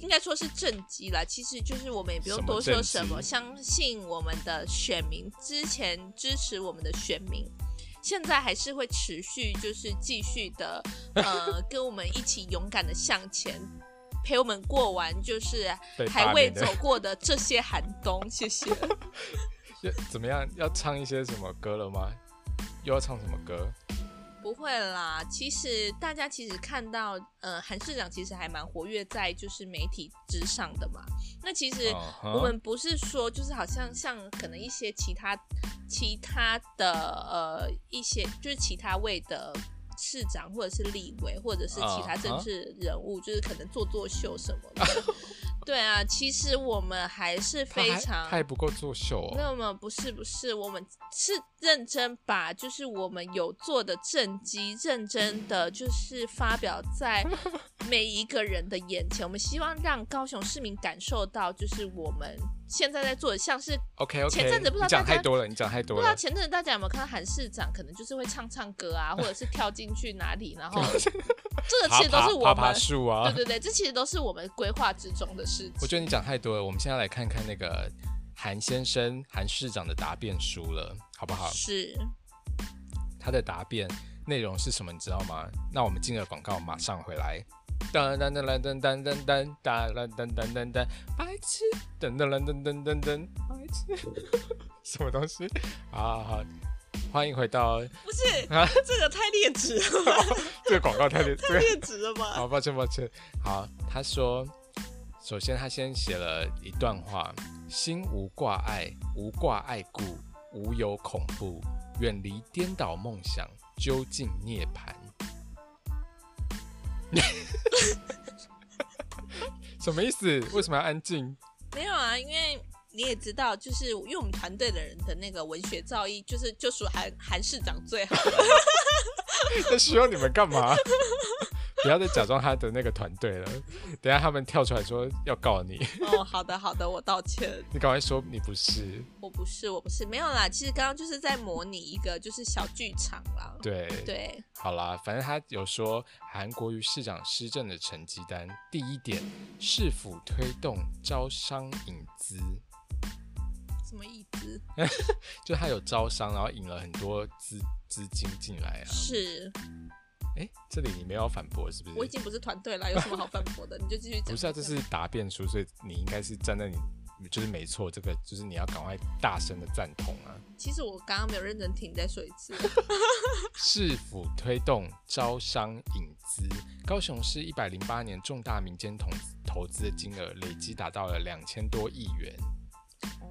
[SPEAKER 3] 应该说是政绩啦，其实就是我们也不用
[SPEAKER 1] 什么
[SPEAKER 3] 多说什
[SPEAKER 1] 政
[SPEAKER 3] 么，
[SPEAKER 1] 绩
[SPEAKER 3] 相信我们的选民之前支持我们的选民。现在还是会持续，就是继续 的，呃，跟我们一起勇敢的向前，陪我们过完就是
[SPEAKER 1] 被罢
[SPEAKER 3] 还未
[SPEAKER 1] 免
[SPEAKER 3] 走
[SPEAKER 1] 的
[SPEAKER 3] 过的这些寒冬。谢谢。
[SPEAKER 1] 要怎么样？要唱一些什么歌了吗？又要唱什么歌？
[SPEAKER 3] 不会啦，其实大家其实看到，呃，韩市长其实还蛮活跃在就是媒体之上的嘛。那其实
[SPEAKER 1] 嗯哼
[SPEAKER 3] 我们不是说就是好像像可能一些其他其他的呃一些就是其他位的。市长或者是立委，或者是其
[SPEAKER 1] 啊
[SPEAKER 3] 他政治人物就是可能做作秀什么 的。对啊，其实我们还是
[SPEAKER 1] 他
[SPEAKER 3] 非
[SPEAKER 1] 还
[SPEAKER 3] 常
[SPEAKER 1] 他还不够作秀哦。
[SPEAKER 3] 没有没有，不是不是，我们是认真把就是我们有做的政绩，认真的就是发表在 每一个人的眼前。我们希望让高雄市民感受到，就是我们现在在做的，像是
[SPEAKER 1] OK OK，
[SPEAKER 3] 前阵子不知道
[SPEAKER 1] 你讲
[SPEAKER 3] 大家
[SPEAKER 1] 太多了，你讲太
[SPEAKER 3] 不
[SPEAKER 1] 多
[SPEAKER 3] 知
[SPEAKER 1] 了
[SPEAKER 3] 道。前阵子大家有没有看到韩市长，可能就是会唱唱歌啊，或者是跳进去哪里，然后这个
[SPEAKER 1] 爬
[SPEAKER 3] 其实都是我
[SPEAKER 1] 爬爬爬
[SPEAKER 3] 们。
[SPEAKER 1] 树啊
[SPEAKER 3] 对。对对，这其实都是我们规划之中的事情。
[SPEAKER 1] 我觉得你讲太多了，我们现在来看看那个韩先生、韩市长的答辩书了，好不好？
[SPEAKER 3] 是
[SPEAKER 1] 他的答辩内容是什么，你知道吗？那我们进了广告，马上回来。噔噔噔噔噔噔噔噔噔噔噔噔噔，白痴！噔噔噔噔噔噔噔，白痴！什么东西？啊，好，欢迎回到
[SPEAKER 3] 不是、
[SPEAKER 1] 啊
[SPEAKER 3] 这个太劣质了，
[SPEAKER 1] 这个广告太厉，这个
[SPEAKER 3] 劣质了吧？
[SPEAKER 1] 好，抱歉，抱歉。好，他说，首先他先写了一段话，心无挂碍，无挂碍故，无有恐怖，远离颠倒梦想，究竟涅槃。 什么意思？为什么要安静？
[SPEAKER 3] 没有啊，因为你也知道，就是因为我们团队的人的那个文学造诣，就是就属韩韩市长最 好。
[SPEAKER 1] 那需要你们干嘛？不要再假装他的那个团队了，等一下他们跳出来说要告你，
[SPEAKER 3] 哦，好的好的，我道歉，
[SPEAKER 1] 你赶快说你不是。
[SPEAKER 3] 我不是我不是，没有啦。其实刚刚就是在模拟一个就是小剧场啦。
[SPEAKER 1] 对，
[SPEAKER 3] 对，
[SPEAKER 1] 好啦，反正他有说韩国瑜市长施政的成绩单，第一点是否推动招商引资，
[SPEAKER 3] 什么意思？
[SPEAKER 1] 嗯就他有招商，然后引了很多资资金进来啊。
[SPEAKER 3] 是
[SPEAKER 1] 哎，这里你没有要反驳是不是？
[SPEAKER 3] 我已经不是团队了，有什么好反驳的？你就继续讲。
[SPEAKER 1] 不是啊，这是答辩书，所以你应该是站在你。就是没错，这个就是你要赶快大声的赞同啊！
[SPEAKER 3] 其实我刚刚没有认真听，再说一次。
[SPEAKER 1] 市府推动招商引资，高雄市一百零八年重大民间投投资的金额累积达到了两千多亿元。
[SPEAKER 3] 哦，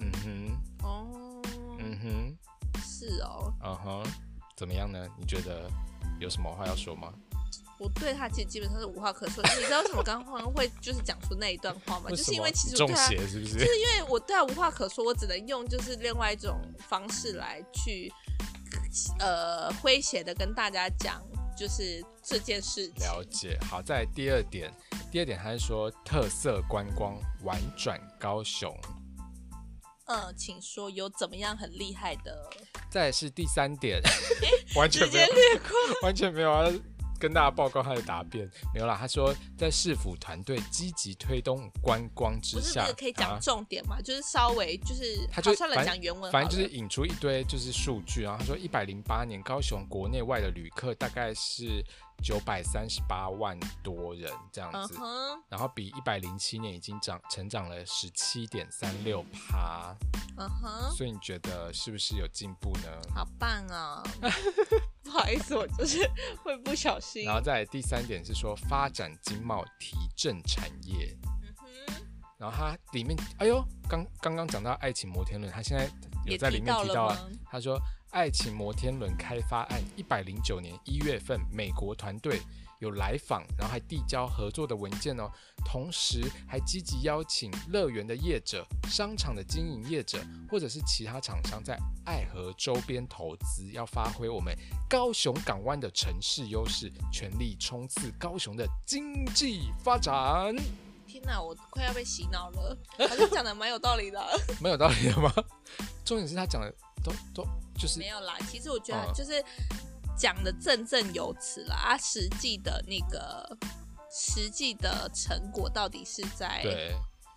[SPEAKER 1] 嗯哼，
[SPEAKER 3] 哦，
[SPEAKER 1] 嗯哼，
[SPEAKER 3] 是哦，
[SPEAKER 1] 嗯哼，怎么样呢？你觉得有什么话要说吗？
[SPEAKER 3] 我对他其实基本上是无话可说。你知道为什么刚刚会就是讲出那一段 话吗？就
[SPEAKER 1] 什
[SPEAKER 3] 是
[SPEAKER 1] 么
[SPEAKER 3] 因为其
[SPEAKER 1] 你
[SPEAKER 3] 实我
[SPEAKER 1] 中
[SPEAKER 3] 对他，
[SPEAKER 1] 邪
[SPEAKER 3] 就是
[SPEAKER 1] 不是？
[SPEAKER 3] 是因为我对他啊无话可说，我只能用就是另外一种方式来去呃诙谐的跟大家讲，就是这件事情。
[SPEAKER 1] 了解。好，在第二点，第二点他是说特色观光玩转高雄。
[SPEAKER 3] 呃，请说有怎么样很厉害的？
[SPEAKER 1] 再来是第三 点，完全
[SPEAKER 3] 哎直
[SPEAKER 1] 没有
[SPEAKER 3] 接略过。
[SPEAKER 1] 完全没有要跟大家报告他的答辩，没有啦。他说，在市府团队积极推动观光之
[SPEAKER 3] 不是
[SPEAKER 1] 下，
[SPEAKER 3] 不是可以讲
[SPEAKER 1] 啊
[SPEAKER 3] 重点嘛？就是稍微就是，
[SPEAKER 1] 他就
[SPEAKER 3] 好算了，
[SPEAKER 1] 反
[SPEAKER 3] 讲原文好了。
[SPEAKER 1] 反正就是引出一堆就是数据，然后他说一百零八年高雄国内外的旅客大概是九百三十八万多人这样
[SPEAKER 3] 嗯
[SPEAKER 1] 子，
[SPEAKER 3] 哼，
[SPEAKER 1] 然后比一百零七年已经长成长了十七点三六趴，
[SPEAKER 3] 嗯哼，
[SPEAKER 1] 所以你觉得是不是有进步呢？
[SPEAKER 3] 好棒 哦！不好意思，我就是会不小心。
[SPEAKER 1] 然后再来第三点是说发展经贸提振产业，
[SPEAKER 3] 嗯哼，
[SPEAKER 1] 然后它里面，哎呦，刚刚刚讲到《爱情摩天轮》，它现在有
[SPEAKER 3] 也
[SPEAKER 1] 在里
[SPEAKER 3] 提
[SPEAKER 1] 面
[SPEAKER 3] 到
[SPEAKER 1] 提
[SPEAKER 3] 了
[SPEAKER 1] 到啊
[SPEAKER 3] 吗，
[SPEAKER 1] 他说《爱情摩天轮》开发案一百零九年一月份，美国团队有来访，然后还递交合作的文件哦，同时还积极邀请乐园的业者、商场的经营业者，或者是其他厂商在爱河周边投资，要发挥我们高雄港湾的城市优势，全力冲刺高雄的经济发展。
[SPEAKER 3] 天哪，我快要被洗脑了，好像讲的蛮有道理的。啊
[SPEAKER 1] 蛮有道理的吗？ 重点是他讲的都都就是
[SPEAKER 3] 没有啦，其实我觉得
[SPEAKER 1] 嗯
[SPEAKER 3] 就是讲的振振有词啦，啊，实际的那个实际的成果到底是在
[SPEAKER 1] 对，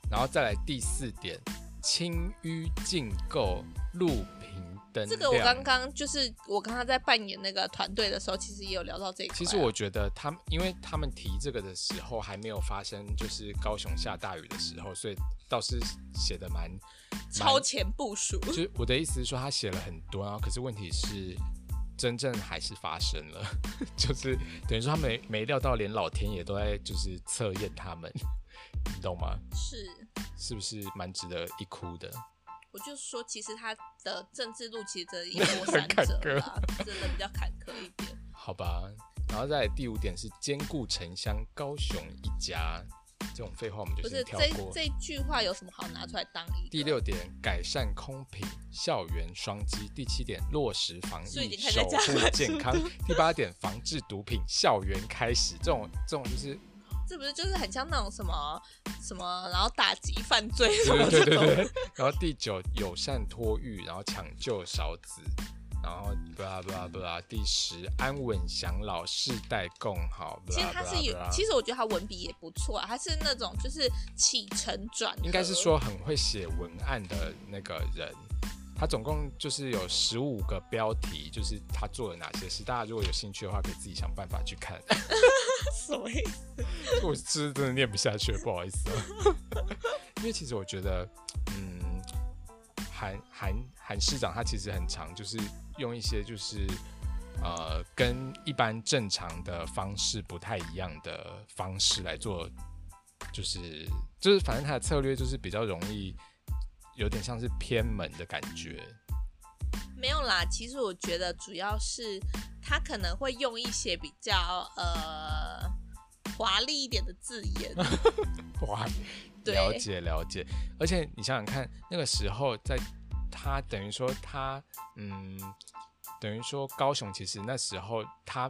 [SPEAKER 1] 然后再来第四点，清淤竞购路平灯。
[SPEAKER 3] 这个我刚。刚就是我刚刚在扮演那个团队的时候，其实也有聊到这一块啊。
[SPEAKER 1] 其实我觉得他们，因为他们提这个的时候还没有发生，就是高雄下大雨的时候，所以倒是写的蛮，
[SPEAKER 3] 嗯超前部署，
[SPEAKER 1] 就是我的意思是说他写了很多，然后可是问题是真正还是发生了， 就是等于说他没没料到，连老天爷都在就是测验他们，你懂吗？
[SPEAKER 3] 是
[SPEAKER 1] 是不是蛮值得一哭的？
[SPEAKER 3] 我就说，其实他的政治路其实真的一波三折啦，真的比较坎坷一 点。
[SPEAKER 1] 好吧，然后再来第五点是兼顾城乡高雄一家，这种废话我们就
[SPEAKER 3] 不
[SPEAKER 1] 先
[SPEAKER 3] 是
[SPEAKER 1] 跳
[SPEAKER 3] 这
[SPEAKER 1] 过。
[SPEAKER 3] 这句话有什么好拿出来当一个？
[SPEAKER 1] 第六点，改善空品校园双击；第七点，落实防
[SPEAKER 3] 所以
[SPEAKER 1] 疫
[SPEAKER 3] 已经开始在
[SPEAKER 1] 守
[SPEAKER 3] 加班
[SPEAKER 1] 护健康
[SPEAKER 3] 速度；
[SPEAKER 1] 第八点，防治毒品校园开始。这种这种就是
[SPEAKER 3] 这不是就是很像那种什么什么，然后打击犯罪什么
[SPEAKER 1] 对
[SPEAKER 3] 这
[SPEAKER 1] 对
[SPEAKER 3] 种？
[SPEAKER 1] 对对 对。然后第九，友善托育，然后抢救少子，然后不啦不啦不啦。第十，安稳享老，世代共好。
[SPEAKER 3] 其实
[SPEAKER 1] blah
[SPEAKER 3] 他
[SPEAKER 1] blah
[SPEAKER 3] 是有
[SPEAKER 1] blah，
[SPEAKER 3] 其实我觉得他文笔也不错啊，他是那种就是起承转合，
[SPEAKER 1] 应该是 说很会写文案的那个人。他总共就是有十五个标题，就是他做了哪些事。大家如果有兴趣的话，可以自己想办法去看。
[SPEAKER 3] 什么意思？
[SPEAKER 1] 我是真的念不下去了，不好意思、啊。因为其实我觉得，嗯，韩韩韩市长他其实很常就是用一些就是呃跟一般正常的方式不太一样的方式来做就是就是反正他的策略就是比较容易，有点像是偏门的感觉。
[SPEAKER 3] 没有啦，其实我觉得主要是他可能会用一些比较呃华丽一点的字 眼，
[SPEAKER 1] 哇，
[SPEAKER 3] 对
[SPEAKER 1] 了解了解。而且你想想看，那个时候在他等于说他嗯，等于说高雄其实那时候他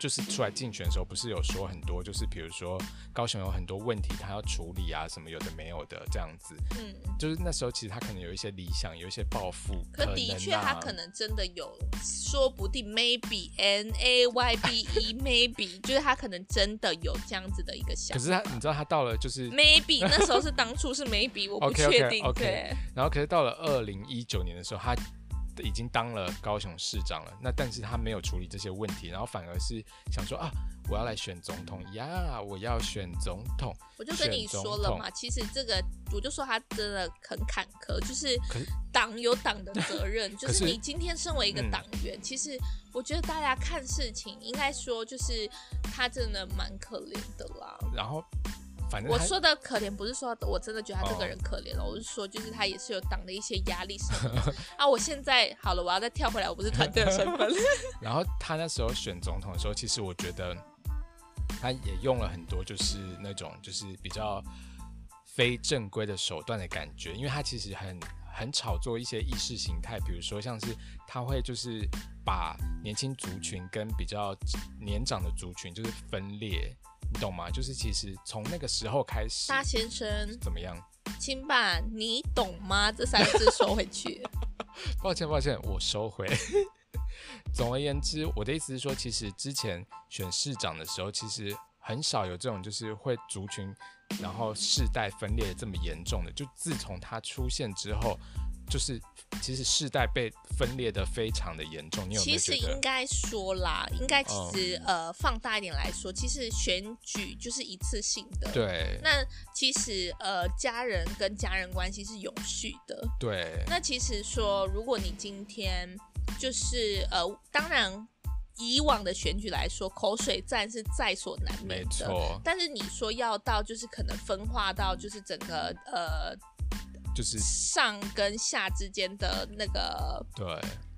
[SPEAKER 1] 就是出来竞选的时候，不是有说很多，就是比如说高雄有很多问题他要处理啊，什么有的没有的这样子。
[SPEAKER 3] 嗯，
[SPEAKER 1] 就是那时候其实他可能有一些理想，有一些抱负，
[SPEAKER 3] 可的确
[SPEAKER 1] 啊
[SPEAKER 3] 他可能真的有，说不定 maybe n a y b e maybe 就是他可能真的有这样子的一个想
[SPEAKER 1] 可是他，你知道他到了
[SPEAKER 3] 嗯
[SPEAKER 1] 就是，
[SPEAKER 3] maybe 那时候是当初是 maybe 我不
[SPEAKER 1] OK，OK，
[SPEAKER 3] 确定
[SPEAKER 1] OK
[SPEAKER 3] 对。
[SPEAKER 1] 然后可是到了二零一九年的时候，他已经当了高雄市长了。那但是他没有处理这些问题，然后反而是想说啊，我要来选总统呀，我要选总统。
[SPEAKER 3] 我就跟你说了嘛，其实这个我就说他真的很坎坷，就是
[SPEAKER 1] 可是
[SPEAKER 3] 党有党的 责任，就
[SPEAKER 1] 可是嗯
[SPEAKER 3] 是你今天身为一个党员，其实我觉得大家看事情应该说就是他真的蛮可怜的啦。
[SPEAKER 1] 然后反正
[SPEAKER 3] 我
[SPEAKER 1] 他哦
[SPEAKER 3] 说的可怜不是说我真的觉得他这个人可怜了，我是说就是他也是有党的一些压力什么 的啊。我现在好了，我要再跳回来，我不是团队的身 份了。
[SPEAKER 1] 然后他那时候选总统的时候，其实我觉得他也用了很多就是那种就是比较非正规的手段的感觉，因为他其实很很炒作一些意识形态，比如说像是他会就是把年轻族群跟比较年长的族群就是分裂，你懂吗？就是其实从那个时候开始
[SPEAKER 3] 大先生，
[SPEAKER 1] 怎么样？
[SPEAKER 3] 请把“你懂吗”这三个字收回去。
[SPEAKER 1] 抱歉，抱歉，我收回。 总而言之，我的意思是说，其实之前选市长的时候，其实很少有这种就是会族群然后世代分裂这么严重的。就自从他出现之后，就是其实世代被分裂的非常的严重。你有没
[SPEAKER 3] 其
[SPEAKER 1] 有
[SPEAKER 3] 实
[SPEAKER 1] 觉
[SPEAKER 3] 应
[SPEAKER 1] 得？
[SPEAKER 3] 该说啦，应该其
[SPEAKER 1] 哦
[SPEAKER 3] 实、呃放大一点来说，其实选举就是一次性的。。
[SPEAKER 1] 对
[SPEAKER 3] 那其实呃家人跟家人关系是永续的。
[SPEAKER 1] 对，
[SPEAKER 3] 那其实说，如果你今天就是呃，当然以往的选举来说，口水战是在所难免
[SPEAKER 1] 没
[SPEAKER 3] 的。
[SPEAKER 1] 错，
[SPEAKER 3] 但是你说要到就是可能分化到就是整个呃
[SPEAKER 1] 就是
[SPEAKER 3] 上跟下之间的那个
[SPEAKER 1] 对。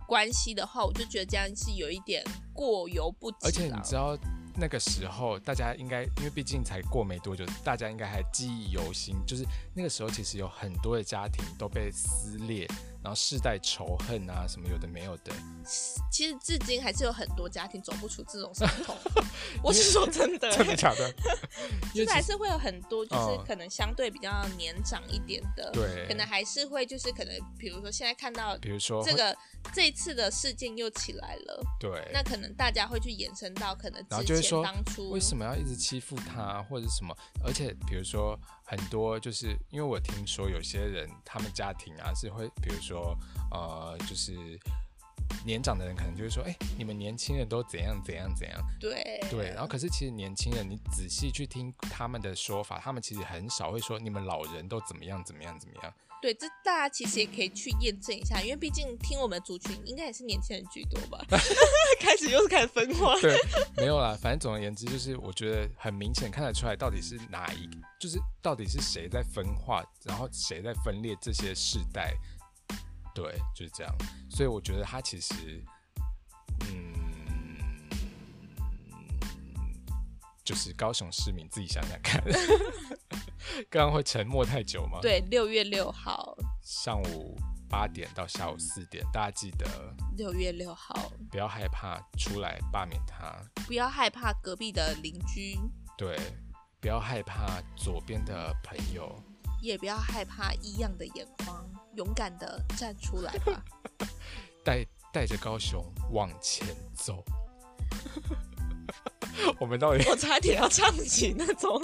[SPEAKER 3] 关系的话，我就觉得这样是有一点过犹不及。
[SPEAKER 1] 而且你知，道那个时候，大家应该因为毕竟才过没多久，大家应该还记忆犹新。就是那个时候，其实有很多的家庭都被撕裂，然后世代仇恨啊，什么有的没有的。
[SPEAKER 3] 其实至今还是有很多家庭走不出这种伤 痛。我是说真的，
[SPEAKER 1] 真的假的？因为
[SPEAKER 3] 就是
[SPEAKER 1] 其
[SPEAKER 3] 还
[SPEAKER 1] 实
[SPEAKER 3] 是会有很多，就是
[SPEAKER 1] 嗯
[SPEAKER 3] 可能相对比较年长一点的，
[SPEAKER 1] 对
[SPEAKER 3] 可能还是会就是可能，比如说现在看到
[SPEAKER 1] 比如说
[SPEAKER 3] 这个这一次的事件又起来了，
[SPEAKER 1] 对，
[SPEAKER 3] 那可能大家会去延伸到可能
[SPEAKER 1] 然后就
[SPEAKER 3] 之
[SPEAKER 1] 会
[SPEAKER 3] 前
[SPEAKER 1] 说
[SPEAKER 3] 当初
[SPEAKER 1] 为什么要一直欺负他或者什么？而且比如说很多就是因为我听说有些人他们家庭啊是会，比如说呃就是。年长的人可能就会说：“哎、你们年轻人都怎样怎样怎样。”
[SPEAKER 3] 对
[SPEAKER 1] 对，然后可是其实年轻人，你仔细去听他们的说法，他们其实很少会说你们老人都怎么样怎么样怎么样。
[SPEAKER 3] 对，这大家其实也可以去验证一下，因为毕竟听我们的族群应该也是年轻人居多 吧。开始又是开始分化，
[SPEAKER 1] 对，没有啦，反正总而言之，就是我觉得很明显看得出来，到底是哪一，就是到底是谁在分化，然后谁在分裂这些世代。对，就是这样。所以我觉得他其实，嗯，就是高雄市民自己想想看。 刚刚会沉默太久吗？
[SPEAKER 3] 对，六月六号，
[SPEAKER 1] 上午八点到下午四点，大家记得
[SPEAKER 3] 六月六号，
[SPEAKER 1] 不要害怕出来罢免他，
[SPEAKER 3] 不要害怕隔壁的邻居，
[SPEAKER 1] 对，不要害怕左边的朋友，
[SPEAKER 3] 也不要害怕异样的眼光，勇敢的站出来 吧。
[SPEAKER 1] 带带着高雄往前 走。我们到底
[SPEAKER 3] 我差点要唱起那 种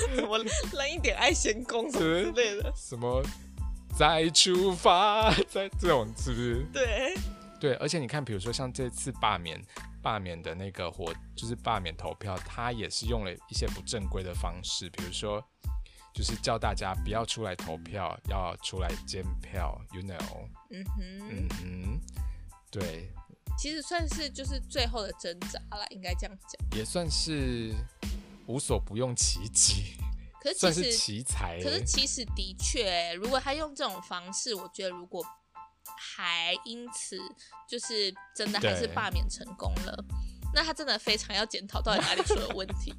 [SPEAKER 3] 什么“扔一点爱先攻”什么之类的。
[SPEAKER 1] 什么再出发，在这种是不是？
[SPEAKER 3] 对，
[SPEAKER 1] 对，而且你看，比如说像这次罢免罢免的那个活，就是罢免投票，他也是用了一些不正规的方式，比如说就是叫大家不要出来投票，要出来监票，you know，
[SPEAKER 3] 嗯哼，
[SPEAKER 1] 嗯哼，对，
[SPEAKER 3] 其实算是就是最后的挣扎啦，应该这样讲。
[SPEAKER 1] 也算是无所不用其极，
[SPEAKER 3] 可是
[SPEAKER 1] 算
[SPEAKER 3] 呃其
[SPEAKER 1] 是
[SPEAKER 3] 实
[SPEAKER 1] 奇才欸。
[SPEAKER 3] 可是其实的确、如果他用这种方式，我觉得如果还因此就是真的还是
[SPEAKER 1] 对
[SPEAKER 3] 罢免成功了，那他真的非常要检讨到底哪里出了 问题，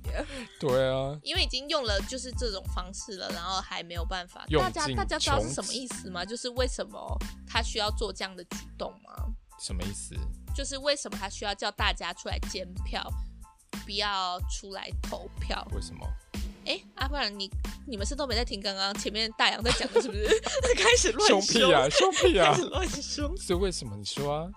[SPEAKER 1] 对啊，
[SPEAKER 3] 因为已经用了就是这种方式了，然后还没有办法。
[SPEAKER 1] 用
[SPEAKER 3] 大家
[SPEAKER 1] 尽
[SPEAKER 3] 大家知道
[SPEAKER 1] 穷
[SPEAKER 3] 是什么
[SPEAKER 1] 极
[SPEAKER 3] 意思吗？就是为什么他需要做这样的举动吗？
[SPEAKER 1] 什么意思？
[SPEAKER 3] 就是为什么他需要叫大家出来监票，不要出来投票？
[SPEAKER 1] 为什么？
[SPEAKER 3] 哎、阿、啊、不然你你们是都没在听刚刚前面大洋在讲的，是 不是？开始乱
[SPEAKER 1] 凶屁 啊，凶屁啊
[SPEAKER 3] 开！始乱凶。
[SPEAKER 1] 所以为什么你说啊？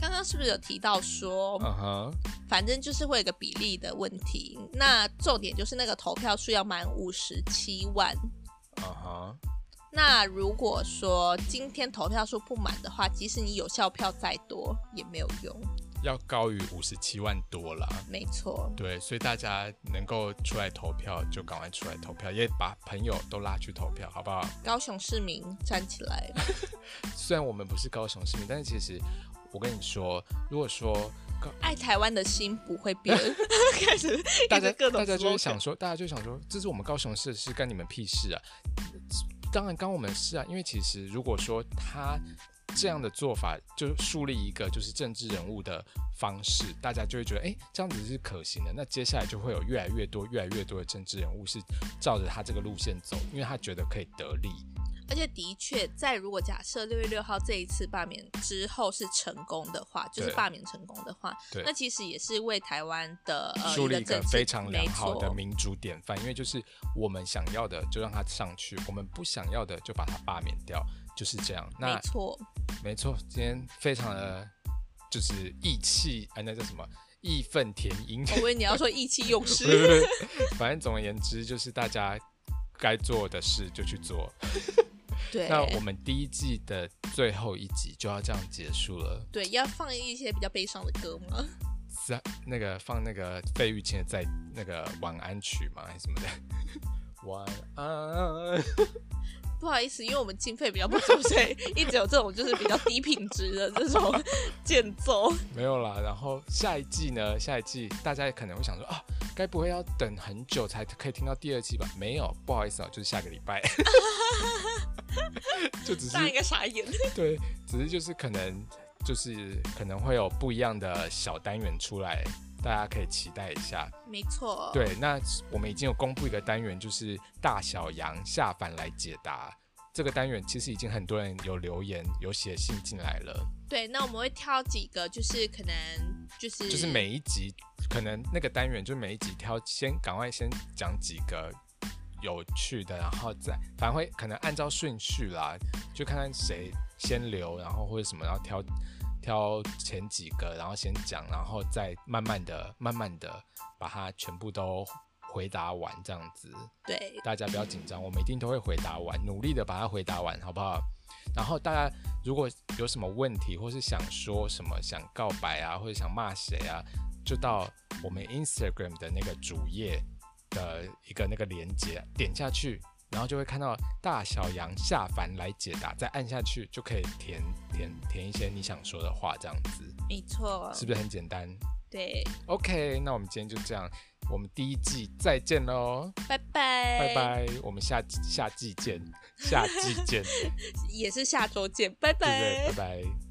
[SPEAKER 3] 刚刚是不是有提到说，
[SPEAKER 1] 嗯哼，
[SPEAKER 3] 反正就是会有一个比例的问题？那重点就是那个投票数要满五十七万。
[SPEAKER 1] 嗯哼，
[SPEAKER 3] 那如果说今天投票数不满的话，即使你有效票再多也没有用。
[SPEAKER 1] 要高于五十七万多啦。
[SPEAKER 3] 没错，
[SPEAKER 1] 对，所以大家能够出来投票就赶快出来投票，也把朋友都拉去投票，好不好？
[SPEAKER 3] 高雄市民站起 来，
[SPEAKER 1] 虽然我们不是高雄市民，但是其实我跟你说，如果说高
[SPEAKER 3] 爱台湾的心不会 变。 开始
[SPEAKER 1] 大家
[SPEAKER 3] 一直各种
[SPEAKER 1] 大家就会
[SPEAKER 3] slogan
[SPEAKER 1] 想说，大家就想说，这是我们高雄市的事，干你们屁事啊！当然干我们事啊，因为其实如果说他这样的做法，就树立一个就是政治人物的方式，大家就会觉得，哎，这样子是可行的。那接下来就会有越来越多、越来越多的政治人物是照着他这个路线走，因为他觉得可以得利。
[SPEAKER 3] 而且的确，在如果假设六月六号这一次罢免之后是成功的话，就是
[SPEAKER 1] 对
[SPEAKER 3] 罢免成功的话
[SPEAKER 1] 对，
[SPEAKER 3] 那其实也是为台湾的呃
[SPEAKER 1] 树立一
[SPEAKER 3] 个
[SPEAKER 1] 个
[SPEAKER 3] 政治
[SPEAKER 1] 非常良好
[SPEAKER 3] 没
[SPEAKER 1] 的
[SPEAKER 3] 错
[SPEAKER 1] 民主典范，因为就是我们想要的就让他上去，我们不想要的就把他罢免掉，就是这样。那
[SPEAKER 3] 没错，
[SPEAKER 1] 没错，今天非常的就是义气，哎，那叫什么？义愤填 膺。
[SPEAKER 3] 我以为你要说意气用
[SPEAKER 1] 不是
[SPEAKER 3] 事，
[SPEAKER 1] 不是反正总而言之，就是大家该做的事就去做。
[SPEAKER 3] 对
[SPEAKER 1] 那我们第一季的最后一集就要这样结束了。
[SPEAKER 3] 对，要放一些比较悲伤的歌吗？
[SPEAKER 1] 在那个放那个费玉清的在那个晚安曲嘛，还是什么的？ 晚安。
[SPEAKER 3] 不好意思，因为我们经费比较不足，所以一直有这种就是比较低品质的这 种间奏。
[SPEAKER 1] 没有啦，然后下一季呢？下一季大家可能会想说啊，该不会要等很久才可以听到第二季吧？没有，不好意思啊，就是下个礼拜， 就只是
[SPEAKER 3] 大家应该傻眼。
[SPEAKER 1] 对，只是就是可能就是可能会有不一样的小单元出来，大家可以期待一下。
[SPEAKER 3] 没错，，
[SPEAKER 1] 对，那我们已经有公布一个单元，就是大小羊下凡来解答。这个单元其实已经很多人有留言、有写信进来了，
[SPEAKER 3] 对，那我们会挑几个，就是可能就是
[SPEAKER 1] 就是每一集可能那个单元就每一集挑先赶快先讲几个有趣的，然后再反正会可能按照顺序啦，就看看谁先留，然后或者什么，然后挑挑前几个，然后先讲，然后再慢慢的、慢慢的把它全部都回答完，这样子。
[SPEAKER 3] 对
[SPEAKER 1] 大家不要紧张，我们一定都会回答完，努力的把它回答完，好不好？然后大家如果有什么问题，或是想说什么、想告白啊，或者想骂谁啊，就到我们 Instagram 的那个主页的一个那个连接点下去，然后就会看到大小羊下凡来解答，再按下去就可以填填填一些你想说的话，这样子
[SPEAKER 3] 没错，
[SPEAKER 1] 是不是很简单
[SPEAKER 3] 对，
[SPEAKER 1] ？OK，那我们今天就这样，我们第一季再见喽。
[SPEAKER 3] 拜拜，
[SPEAKER 1] 拜。拜，我们下下季见，下季见，
[SPEAKER 3] 也是下周见，拜
[SPEAKER 1] 对不对？
[SPEAKER 3] 拜
[SPEAKER 1] 拜。拜。